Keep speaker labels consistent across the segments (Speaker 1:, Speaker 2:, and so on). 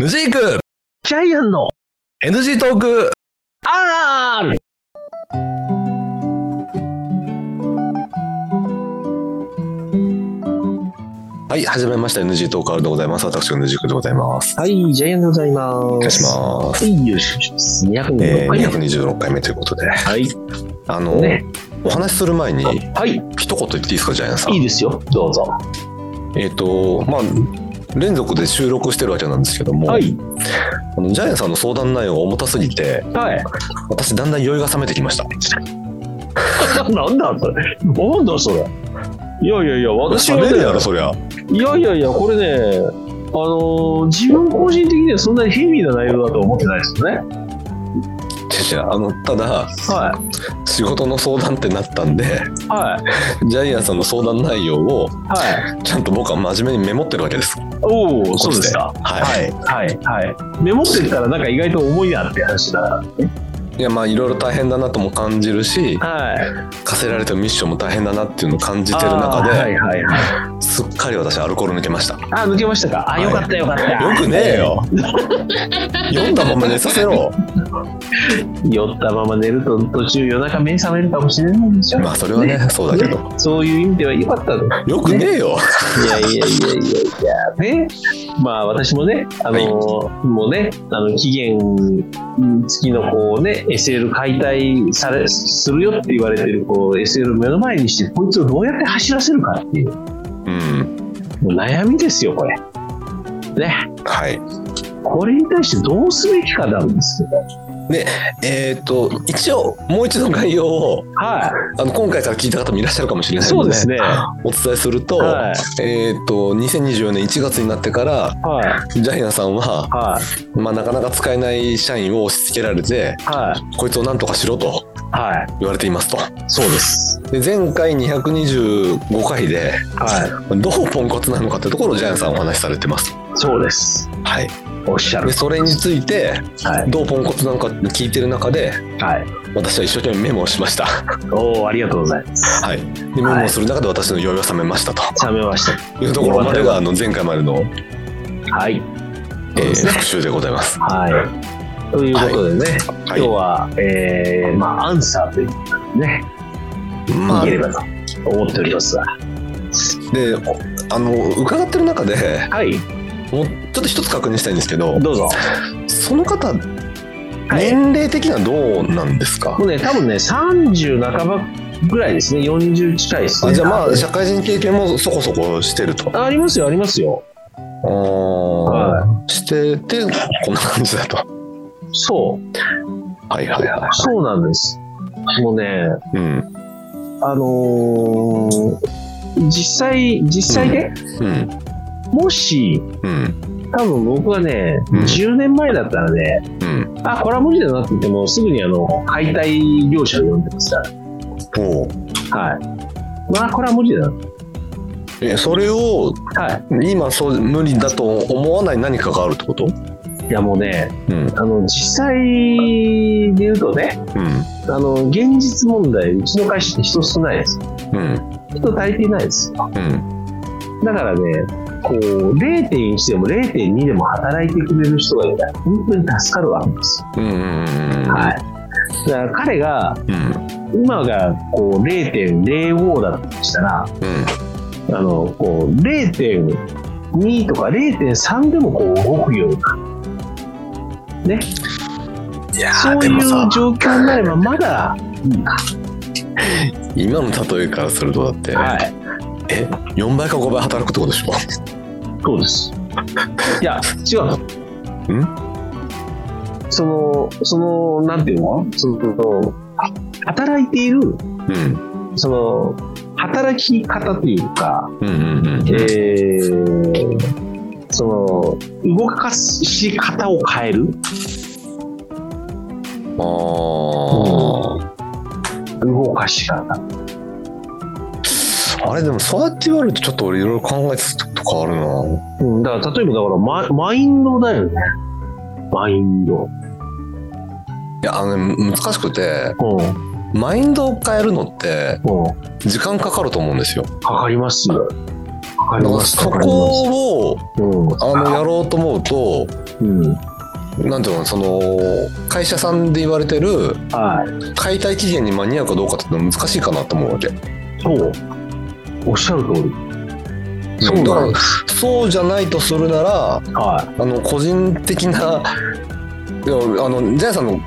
Speaker 1: ヌジーク
Speaker 2: ジャイアンの
Speaker 1: NG トーク
Speaker 2: R!
Speaker 1: はい、始めました NG トークあるでございます。私がヌジークでございます。
Speaker 2: はい、ジャイアンでございます。お
Speaker 1: お願いします。
Speaker 2: す。はい、よろしくお願いします。
Speaker 1: え
Speaker 2: 226
Speaker 1: ー、
Speaker 2: 回目。
Speaker 1: 226回目ということで、
Speaker 2: はい。
Speaker 1: あの、
Speaker 2: ね
Speaker 1: お話しする前に
Speaker 2: はい、
Speaker 1: 一言言っていいですか、ジャイアンさん。
Speaker 2: いいですよ。どうぞ。
Speaker 1: えっ、と、まあ、連続で収録してるわけなんですけども、
Speaker 2: はい。
Speaker 1: あのジャイアンさんの相談内容が重たすぎて、
Speaker 2: はい。
Speaker 1: 私だんだん酔いが覚めてきました。
Speaker 2: なんだそれ。なんだそれ。いやいやいや、私は、
Speaker 1: 喋るやろ、
Speaker 2: ね、
Speaker 1: そりゃ。
Speaker 2: いやいやいや、これね、あのー自分個人的にはそんなにヘビーな内容だとは思ってないですよね。
Speaker 1: いやあの、ただ、
Speaker 2: は
Speaker 1: 仕事の相談ってなったんで、
Speaker 2: い。はい。
Speaker 1: ジャイアンさんの相談内容を、
Speaker 2: はい。
Speaker 1: ちゃんと僕は真面目にメモってるわけです。
Speaker 2: おお、そうですか。
Speaker 1: はい。
Speaker 2: はい。はい。メモってたら、なんか意外と重いなって話だな。
Speaker 1: いやまあいろいろ大変だなとも感じるし
Speaker 2: はい。
Speaker 1: 課せられたミッションも大変だなっていうのを感じてる中
Speaker 2: あーはい
Speaker 1: で
Speaker 2: はいはい。
Speaker 1: すっかり私アルコール抜けましたよ
Speaker 2: あー、抜けましたか。あ
Speaker 1: は
Speaker 2: ー、
Speaker 1: い
Speaker 2: よかったよかった。
Speaker 1: くねえよ読んだまま寝させ ろ
Speaker 2: 酔ったまま寝ると途中夜中目覚めるかもしれないでしょ。
Speaker 1: まあそれはねそうだけど
Speaker 2: そういう意味ではよかったの。い
Speaker 1: よくねえよ
Speaker 2: やいやいやいやいやね。まあ私もね、あのーもうね、あの期限付きのこうね、SL 解体されするよって言われてるこう SL を目の前にして、こいつをどうやって走らせるかっていうも
Speaker 1: うん
Speaker 2: う悩みですよこれ。ね、
Speaker 1: はい
Speaker 2: これに対してどうすべきかなんですけど。
Speaker 1: えっ、と一応もう一度概要を
Speaker 2: はい。
Speaker 1: あの今回から聞いた方もいらっしゃるかもしれない
Speaker 2: そ
Speaker 1: の
Speaker 2: う
Speaker 1: で
Speaker 2: ですね。は
Speaker 1: お伝えすると、
Speaker 2: は
Speaker 1: えっ、と2024年1月になってから
Speaker 2: い。
Speaker 1: ジャイアンさんは、
Speaker 2: はい。
Speaker 1: まあ、なかなか使えない社員を押し付けられて
Speaker 2: はい。
Speaker 1: こいつをなんとかしろと
Speaker 2: はい。
Speaker 1: 言われていますと。
Speaker 2: そうです。
Speaker 1: で前回225回で
Speaker 2: は
Speaker 1: どうポンコツなのかってところをジャイアンさんお話しされてます。
Speaker 2: い。そうです。
Speaker 1: はい、
Speaker 2: おっしゃ
Speaker 1: で
Speaker 2: る。
Speaker 1: それについて
Speaker 2: はい。
Speaker 1: どうポンコツなのかって聞いてる中で
Speaker 2: はい。
Speaker 1: 私は一生懸命メモをしました。
Speaker 2: おお、ありがとうございます。
Speaker 1: はい、でメモをする中で私の酔いを覚めましたと
Speaker 2: 冷めまし
Speaker 1: いうところまでがあの前回までの、
Speaker 2: た。はい。
Speaker 1: え
Speaker 2: そうです
Speaker 1: ー
Speaker 2: ね
Speaker 1: 復習でございます。
Speaker 2: はい。ということでね、
Speaker 1: は
Speaker 2: 今日は、えー、まあ、アンサーということでね、
Speaker 1: い、ま
Speaker 2: い
Speaker 1: あ
Speaker 2: ければと思っておりますが。
Speaker 1: であの伺ってる中で
Speaker 2: はい。
Speaker 1: もうちょっと一つ確認したいんですけど
Speaker 2: どうぞ。
Speaker 1: その方
Speaker 2: い
Speaker 1: 年齢的にはどうなんですか、
Speaker 2: もうね、多分ね、30半ばぐらいですね。40近いですね。
Speaker 1: あじゃあまあ社会人経験もそこそこしてると。
Speaker 2: あ、ありますよ、ありますよ。
Speaker 1: あ
Speaker 2: は
Speaker 1: ーしててこんな感じだと。
Speaker 2: い。そう。
Speaker 1: はいはいは
Speaker 2: そうなんです。もうね、
Speaker 1: い。うん
Speaker 2: あのー実際、実際ね、
Speaker 1: うん
Speaker 2: もし、
Speaker 1: うん
Speaker 2: 多分僕はね、
Speaker 1: うん
Speaker 2: 10年前だったらね、
Speaker 1: うん。
Speaker 2: あ、これは無理だなって言っても、すぐにあの、解体業者を呼んでますか
Speaker 1: おう
Speaker 2: ら。はい。まあ、これは無理だ
Speaker 1: えそれを
Speaker 2: な。は
Speaker 1: 今そう無理だと思わない何かがあるってこと？
Speaker 2: い。いや、もうね、
Speaker 1: うんうん
Speaker 2: あの、実際で言うとね、あの、現実問題、うちの会社って人少ないです。
Speaker 1: うん
Speaker 2: 人足りてないですよ。
Speaker 1: うん。
Speaker 2: だからね、こう、0.1でも0.2でも働いてくれる人がいたら、本当に助かるわけですよ。
Speaker 1: うんうんうんうん
Speaker 2: はい。だから彼が、
Speaker 1: うん
Speaker 2: 今がこう0.05だとしたら、あの、こう0.2とか0.3でもこう動くような、ね、
Speaker 1: うん。いや
Speaker 2: そ
Speaker 1: ー
Speaker 2: う
Speaker 1: で
Speaker 2: い
Speaker 1: もさ
Speaker 2: う状況になれ ばまだ、
Speaker 1: 今の例えからするとだって
Speaker 2: はい、
Speaker 1: え四倍か五倍働くってことでしょ？
Speaker 2: そうです。いや、違うの。その、その、なんていうのその、あ働いている、
Speaker 1: うん
Speaker 2: その、働き方というか、
Speaker 1: うんうんうん
Speaker 2: えー、その動かし方を変える
Speaker 1: ああ。
Speaker 2: 動かし方
Speaker 1: あれでもそうやって言われるとちょっと俺いろいろ考えてたこと変わるな
Speaker 2: うんだから例えばだからママインドだよねマインド
Speaker 1: いやあのね難しくて
Speaker 2: うん
Speaker 1: マインドを変えるのって
Speaker 2: うん
Speaker 1: 時間かかると思うんですよ
Speaker 2: かかりますよかか
Speaker 1: だ
Speaker 2: り
Speaker 1: から
Speaker 2: ます
Speaker 1: そ
Speaker 2: かかります
Speaker 1: こを
Speaker 2: うん
Speaker 1: あのやろうと思うと
Speaker 2: うん。
Speaker 1: なんていうのその会社さんで言われてる
Speaker 2: は
Speaker 1: 解体期限に間に合うかどうかっていうのは難しいかなと思うわけ
Speaker 2: い。そう。おっしゃる通り。
Speaker 1: だか
Speaker 2: で
Speaker 1: ら
Speaker 2: す。
Speaker 1: そうじゃないとするなら
Speaker 2: は
Speaker 1: あの個人的ないやあのジャイアンさんの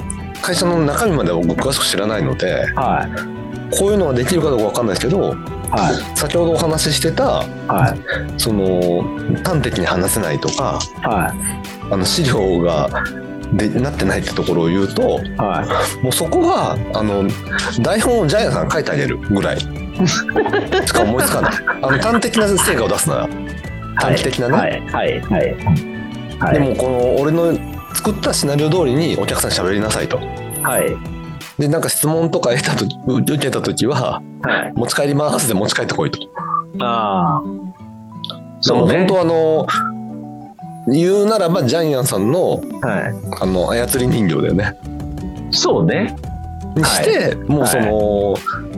Speaker 1: 会社の中身までは僕詳しく知らないので
Speaker 2: い。はい。
Speaker 1: こういうのができるかどうかわかんないですけど
Speaker 2: はい。
Speaker 1: 先ほどお話ししてた
Speaker 2: はい。
Speaker 1: その端的に話せないとか
Speaker 2: は
Speaker 1: あの資料がでなってないってところを言うと
Speaker 2: い。は
Speaker 1: もうそこはあの台本をジャイアンさんが書いてあげるぐ らいしか思いつかないあの端的な成果を出すなら
Speaker 2: い。
Speaker 1: 短期的なね、
Speaker 2: はい。はい。はい。はい。
Speaker 1: でもこの俺の作ったシナリオ通りにお客さんに喋りなさいと
Speaker 2: はい。
Speaker 1: でなんか質問とか得たと受けた時は
Speaker 2: はい。
Speaker 1: 持ち帰りますで持ち帰ってこいと
Speaker 2: ああ。そう
Speaker 1: で
Speaker 2: ね。
Speaker 1: も本当あの言うならばジャイアンさんの
Speaker 2: は
Speaker 1: あの操り人形だよね
Speaker 2: い。そうね。
Speaker 1: にして、もうその、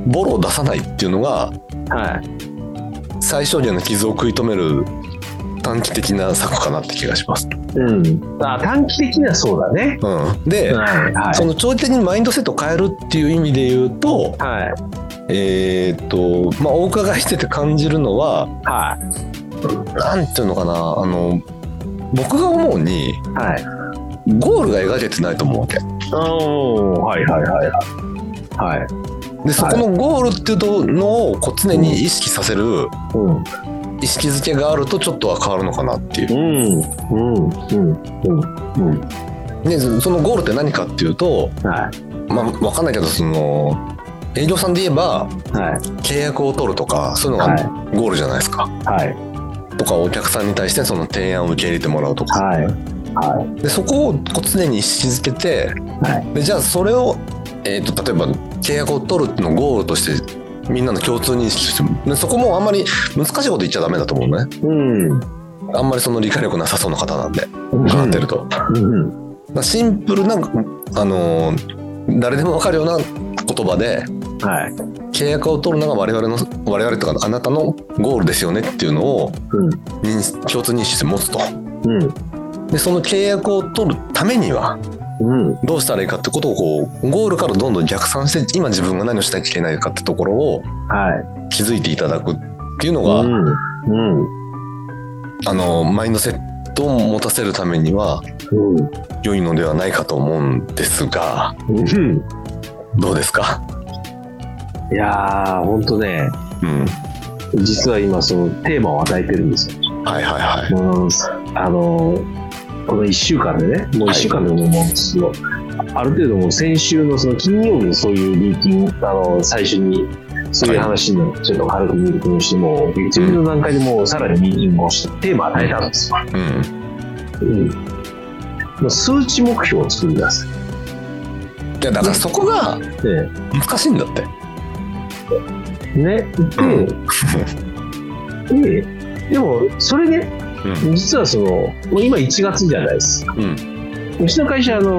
Speaker 1: ボロを出さないっていうのが
Speaker 2: はい。
Speaker 1: 最小限の傷を食い止める短期的な策かなって気がします。
Speaker 2: うん。あ短期的にはそうだね。
Speaker 1: うん、で、
Speaker 2: はい。は
Speaker 1: そ
Speaker 2: い。
Speaker 1: の長期的にマインドセットを変えるっていう意味で言うと、
Speaker 2: はい。
Speaker 1: えーっと、まあ、お伺いしてて感じるのは、
Speaker 2: はい。
Speaker 1: なんていうのかな、あの、僕が思うに、
Speaker 2: はい。
Speaker 1: ゴールが描けてないと思うわけ。
Speaker 2: おーはいはいはいはい。はい。
Speaker 1: で、そこのゴールっていうのをこう常に意識させる、
Speaker 2: うん。
Speaker 1: 意識づけがあるとちょっとは変わるのかなっていう
Speaker 2: う。んうんうんうん
Speaker 1: でそのゴールって何かっていうと、
Speaker 2: は
Speaker 1: まあ、わかんないけどその営業さんで言えば
Speaker 2: いはい
Speaker 1: 契約を取るとかそういうの
Speaker 2: はい
Speaker 1: がゴールじゃないですか、
Speaker 2: はい
Speaker 1: とかお客さんに対してその提案を受け入れてもらうとか、
Speaker 2: はいは
Speaker 1: でそこをこう常に意識づけて、
Speaker 2: は
Speaker 1: でじゃあそれを、えー、と例えば契約を取るっていうのをゴールとしてみんなの共通認識としてでそこもあんまり難しいこと言っちゃダメだと思うね
Speaker 2: いうんうん
Speaker 1: あんまりその理解力なさそうな方なんで伺ってると、
Speaker 2: うん
Speaker 1: まあシンプルな、あのー誰でもわかるような言葉で
Speaker 2: はい
Speaker 1: 契約を取るのが我々の我々とかあなたのゴールですよねっていうのを
Speaker 2: うん
Speaker 1: 認識共通認識して持つと
Speaker 2: うん
Speaker 1: でその契約を取るためには
Speaker 2: うん
Speaker 1: どうしたらいいかってことをこうゴールからどんどん逆算して今自分が何をしなきゃいけないかってところを
Speaker 2: はい
Speaker 1: 気づいていただくっていうの
Speaker 2: う
Speaker 1: が、
Speaker 2: んうん
Speaker 1: あのマインドセットを持たせるためには
Speaker 2: うん
Speaker 1: 良いのではないかと思うんですが
Speaker 2: うん
Speaker 1: どうですか、
Speaker 2: いやーほんとね
Speaker 1: うん、
Speaker 2: 実は今そのテーマを与えてるんですよ
Speaker 1: はいはいはい。
Speaker 2: もうあのこの1週間でねもう1週間でももうそのある程度もう先週のその金曜日にそういうミーティングあの最初にそういう話のちょっと軽くミーティングしてもう月曜日の段階でもうさらにミーティングをしてテーマを与えたんですよ、
Speaker 1: うん、
Speaker 2: うん、もう数値目標を作り出す、
Speaker 1: いやだからそこが
Speaker 2: で
Speaker 1: 難しいんだって。
Speaker 2: ねでででもそれね
Speaker 1: うん
Speaker 2: 実はそのもう今1月じゃないです
Speaker 1: うん
Speaker 2: うちの会社、あの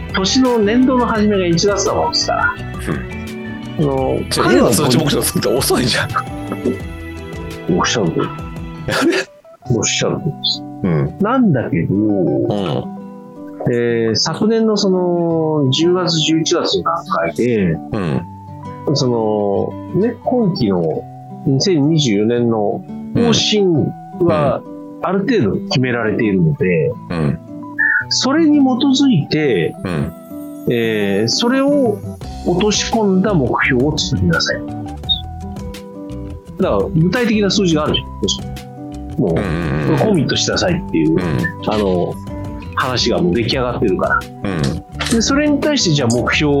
Speaker 2: ー年の年度の初めが1月だもんですから、あの
Speaker 1: ちょ今の数値目
Speaker 2: 標
Speaker 1: 標作って遅いじゃん。
Speaker 2: おっしゃるとおっしゃるとです
Speaker 1: うん。
Speaker 2: なんだけど、
Speaker 1: うん。
Speaker 2: えー昨年のその10月、11月の段階で、
Speaker 1: うん。
Speaker 2: その、ね、今期の2024年の方針は、ある程度決められているので、
Speaker 1: うん。
Speaker 2: それに基づいて、
Speaker 1: うん。
Speaker 2: えーそれを落とし込んだ目標を作りなさい。だから、具体的な数字があるじゃん。もう、
Speaker 1: う
Speaker 2: これ
Speaker 1: ん。
Speaker 2: コミットしなさいっていう
Speaker 1: う、ん。
Speaker 2: あの、話がもう出来上がってるから。
Speaker 1: うん。
Speaker 2: で、それに対して、じゃあ目標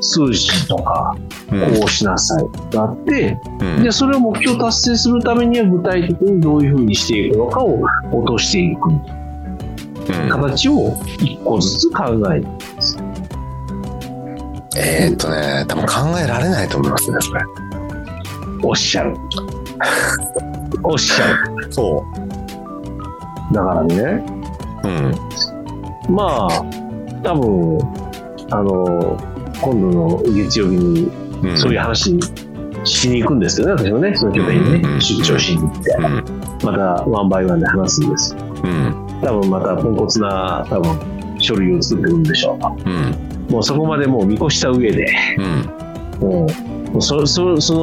Speaker 2: 数字とか、
Speaker 1: うん。
Speaker 2: こうしなさいってあって、
Speaker 1: うん
Speaker 2: で、それを目標達成するためには、具体的にどういうふうにしていくのかを落としていく形を一個ずつ考える。
Speaker 1: えーっとね、多分考えられないと思いますね、それ。
Speaker 2: おっし ゃる。おっしゃる。
Speaker 1: そ
Speaker 2: だからね、
Speaker 1: う。うん。
Speaker 2: まあ、多分あの、今度の月曜日に
Speaker 1: うん。
Speaker 2: そういう話しに行くんですけどね、私もね、その拠点に
Speaker 1: うんうんう
Speaker 2: ね、
Speaker 1: ん
Speaker 2: 出張しに行って、
Speaker 1: うん。
Speaker 2: またワンバイワンで話すんです。
Speaker 1: うん。
Speaker 2: 多分またポンコツな多分書類を作ってくるんでしょう
Speaker 1: うん
Speaker 2: もうそこまでもう見越した上で、
Speaker 1: うん
Speaker 2: もうそそそ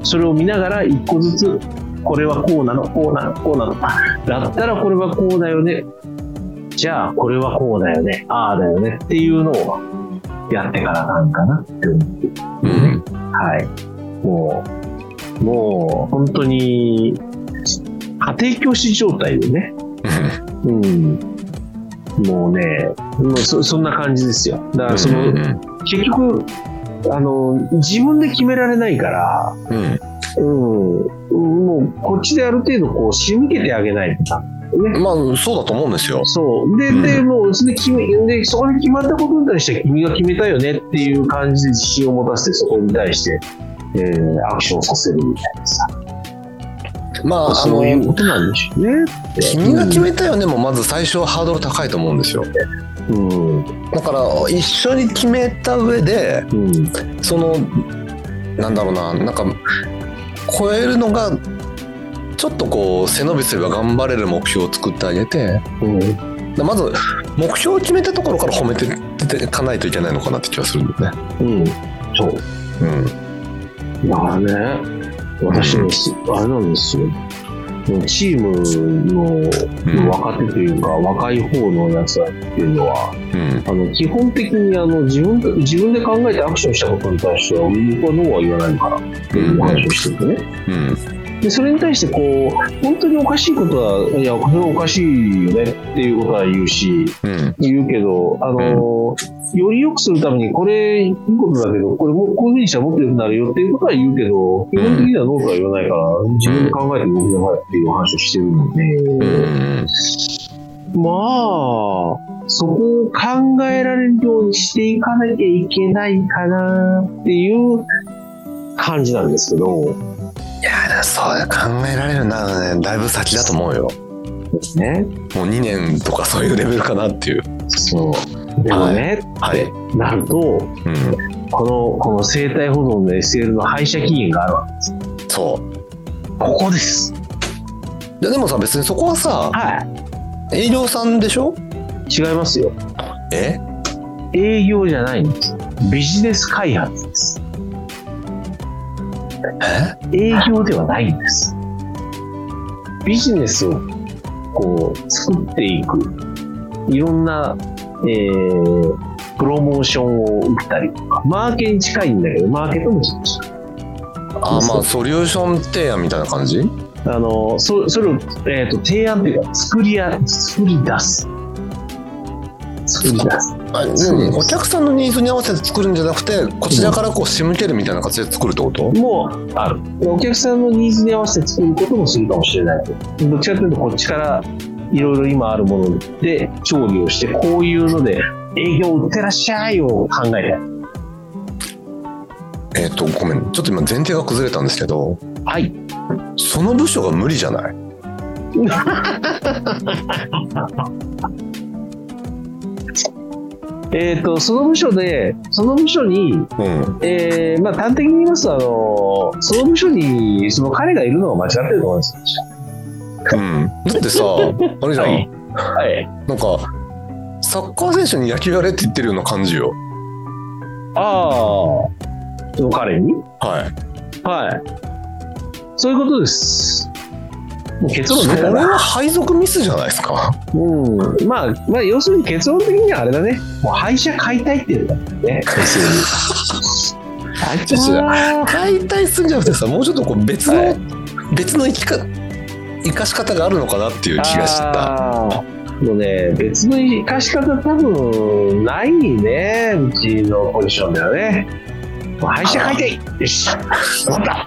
Speaker 2: のそれを見ながら一個ずつこれはこうなのこうなのこうなのだったらこれはこうだよねじゃあこれはこうだよねああだよねっていうのをやってからなんかなって思う
Speaker 1: うん
Speaker 2: はい。もう、もう、本当に、家庭教師状態でね。うん。もうね、もうそそんな感じですよ。だから、そ
Speaker 1: う
Speaker 2: の、
Speaker 1: んうん
Speaker 2: 結局、あの、自分で決められないから、
Speaker 1: うん
Speaker 2: うん、もう、こっちである程度、こう、仕向けてあげないとさ。ね。
Speaker 1: まあそうだと思うんですよ
Speaker 2: そう。で、で、
Speaker 1: う
Speaker 2: もう、それで決め、で、そこで決まったことに対して、君が決めたよねっていう感じで自信を持たせて、そこに対して、えーアクションさせるみたいなさ。
Speaker 1: まああ
Speaker 2: そういう
Speaker 1: の
Speaker 2: ことなんでしょうね。
Speaker 1: 君が決めたよねもまず最初はハードル高いと思うんですよ
Speaker 2: うん、うん、
Speaker 1: だから一緒に決めた上でそのなんだろうななんか超えるのがちょっとこう背伸びすれば頑張れる目標を作ってあげて
Speaker 2: うん。
Speaker 1: だまず目標を決めたところから褒めていかないといけないのかなって気がするんだよね。
Speaker 2: うん。そう。
Speaker 1: うん
Speaker 2: だからね、私ね、あれなんですよ。チーム
Speaker 1: うん
Speaker 2: の若手というか、若い方のやつらっていうのは、
Speaker 1: うん
Speaker 2: あの基本的にあの自分自分で考えてアクションしたことに対しては、僕はノーは言わないからっていう話をしててね。
Speaker 1: うん
Speaker 2: でそれに対してこう本当におかしいことはいやこれはおかしいよねっていうことは言うし
Speaker 1: うん
Speaker 2: 言うけどあの、より良くするためにこれいいことだけどこれもこういうふうにしたらもっと良くなるよっていうことは言うけど基本的にはノーとは言わないから自分で考えて動きなさいっていう話をしてるので、
Speaker 1: うん
Speaker 2: まあそこを考えられるようにしていかなきゃいけないかなっていう感じなんですけど。
Speaker 1: いやそうだ考えられるなねだいぶ先だと思うよ
Speaker 2: ですね。
Speaker 1: もう2年とかそういうレベルかなっていう
Speaker 2: そう。でもね、
Speaker 1: はい
Speaker 2: なると、
Speaker 1: うん
Speaker 2: この、この生体保存の SL の廃車期限があるわけです。
Speaker 1: そう
Speaker 2: ここです。
Speaker 1: いやでもさ別にそこはさ
Speaker 2: は
Speaker 1: 営業さんでしょ
Speaker 2: い。違いますよ。
Speaker 1: え
Speaker 2: 営業じゃないんです。ビジネス開発です。
Speaker 1: え
Speaker 2: 営業ではないんです。ビジネスを、こう、作っていく。いろんな、えー、プロモーションを打ったりとか、マーケに近いんだけど、マーケットも近い。
Speaker 1: あまあソリューション提案みたいな感じ
Speaker 2: あのそそれを、えー、と提案というか作りや作り出す作り出す
Speaker 1: あ
Speaker 2: そうです
Speaker 1: 何お客さんのニーズに合わせて作るんじゃなくてこちらからこう仕向けるみたいな形で作るってこと、
Speaker 2: もうあるお客さんのニーズに合わせて作ることもするかもしれないどっちかというとこっちからいろいろ今あるもので調理をしてこういうので営業売ってらっしゃいを考えて
Speaker 1: えっ、とごめんちょっと今前提が崩れたんですけど
Speaker 2: はい
Speaker 1: その部署が無理じゃない
Speaker 2: えっ、とその部署でその部署に、
Speaker 1: うん
Speaker 2: えーまあ端的に言いますとあのその部署にその彼がいるのが間違ってると思うんですよ
Speaker 1: うんだって さあれじゃん、
Speaker 2: はいはい
Speaker 1: なんかサッカー選手に野球やれって言ってるような感じよ
Speaker 2: ああ。その彼に
Speaker 1: はい
Speaker 2: はい。そういうことです。もう結論
Speaker 1: そ
Speaker 2: 出
Speaker 1: れ
Speaker 2: たな。
Speaker 1: は配属ミスじゃないですか
Speaker 2: うん。まあ、まあ、要するに結論的にはあれだね。もう廃車解体っていうのだね。あいつは、
Speaker 1: 解体するんじゃなくてさもうちょっとこう別の、
Speaker 2: はい
Speaker 1: 別の生きか生かし方があるのかなっていう気がした
Speaker 2: あーもうね、別の生かし方多分ないね。うちのポジションだよね。もう廃車解体よし。終わった。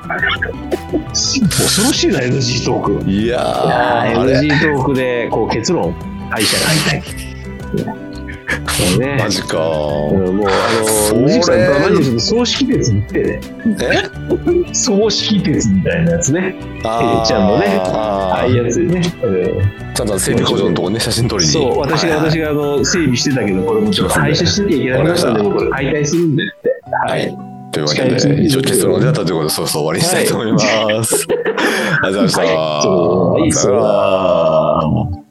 Speaker 2: 恐ろしいな、NG トーク。
Speaker 1: いやー
Speaker 2: いやー
Speaker 1: あれ
Speaker 2: NG トークでこう結論敗者が敗退ね
Speaker 1: マジか
Speaker 2: うんもうあ
Speaker 1: そ
Speaker 2: の
Speaker 1: れ
Speaker 2: 藤木さんとマジで葬式鉄に行ってね
Speaker 1: え
Speaker 2: 葬式鉄みたいなやつね
Speaker 1: あ
Speaker 2: えいちゃんのねあ
Speaker 1: あ
Speaker 2: あ
Speaker 1: あ
Speaker 2: いうやつね、
Speaker 1: ちゃんと整備工場のとこね写真撮
Speaker 2: うん
Speaker 1: りに
Speaker 2: そう私が
Speaker 1: はい
Speaker 2: 私があの整備してたけどこれもちょっと廃車しなきゃいけなくなったん
Speaker 1: わか
Speaker 2: で
Speaker 1: りました
Speaker 2: 僕これ解体するんでっては、
Speaker 1: はいいというわけ
Speaker 2: 近いうち
Speaker 1: で
Speaker 2: に
Speaker 1: 一応結論が出たということでそろそろ終わりにしたいと思います、ありがとうございました、
Speaker 2: はいそういいっすよ
Speaker 1: さよなら